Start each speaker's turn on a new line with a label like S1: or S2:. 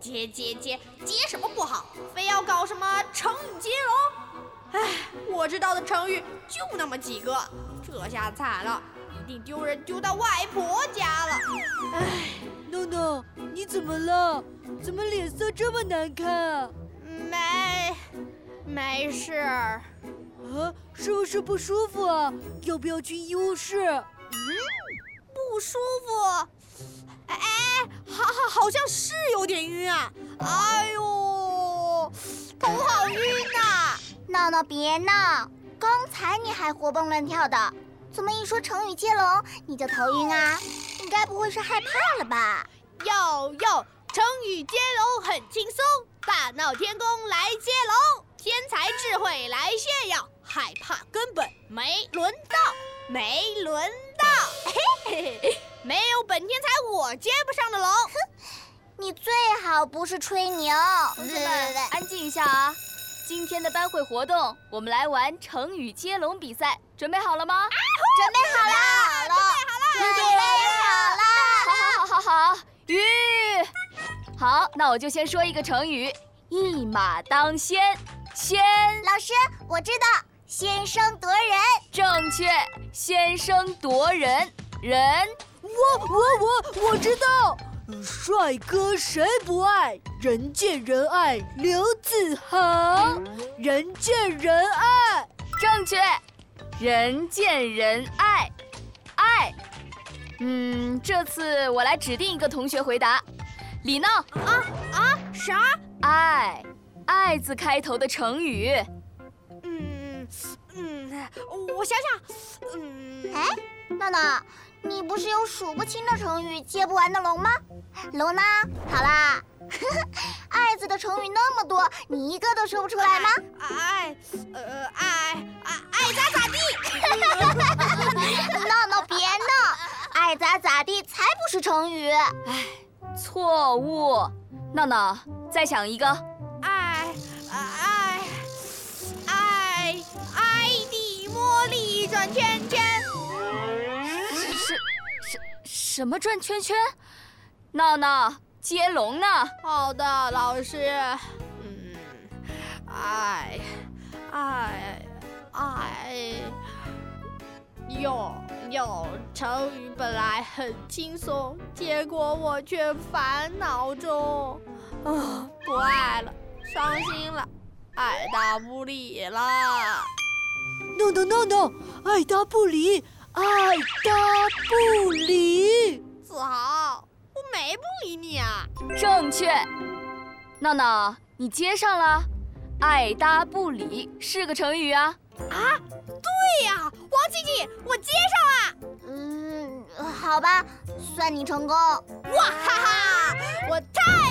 S1: 接接接接什么不好，非要搞什么成语接龙？唉，我知道的成语就那么几个，这下惨了，一定丢人丢到外婆家了。唉，
S2: 诺诺，你怎么了？怎么脸色这么难看啊？
S1: 没没事儿。
S2: 啊，是不是不舒服啊？要不要去医务室？
S1: 不舒服，哎，好好好像是有点晕啊，哎呦，头好晕呐、
S3: 闹闹别闹，刚才你还活蹦乱跳的，怎么一说成语接龙你就头晕啊？你该不会是害怕了吧？
S1: 哟哟，成语接龙很轻松，大闹天宫来接龙，天才智慧来炫耀，害怕根本没轮到，没轮到，嘿嘿嘿，没有本天才我接不上的龙。
S3: 你最好不是吹牛。
S4: 同学们，安静一下啊！今天的班会活动，我们来玩成语接龙比赛，准备好了吗？
S3: 准备好了，准备好了，
S4: 好好好好好，吁！好，那我就先说一个成语：一马当先。先
S3: 老师，我知道，先声夺人。
S4: 正确，先声夺人，人
S2: 我我我我知道，帅哥谁不爱？人见人爱，刘子豪，人见人爱。
S4: 正确，人见人爱，爱。嗯，这次我来指定一个同学回答，李闹，
S1: 啊，啥？
S4: 爱，爱字开头的成语，
S1: 嗯嗯，我想想，嗯，
S3: 哎，闹闹，你不是有数不清的成语、接不完的龙吗？龙呢？好啦， 爱字的成语那么多，你一个都说不出 来吗？
S1: 爱，呃，爱爱爱咋咋地？
S3: 闹闹别闹，爱咋咋地才不是成语。
S4: 错误。闹闹，再想一个。
S1: 爱爱爱爱的茉莉转圈圈。
S4: 什么转圈圈？闹闹接龙呢？
S1: 好的，老师。嗯，哎爱爱爱。哟哟，成语本来很轻松，结果我却烦恼中。啊，不爱了，伤心了，爱答不理了。
S2: 诺诺诺诺，爱答不理，爱答不理。
S1: 子豪，我没不理你啊。
S4: 正确。闹闹，你接上了。爱搭不理是个成语啊。
S1: 对哎呀、王琪琪，我接
S3: 嗯，好吧，算你成功。
S1: 上，哇哈哈，我太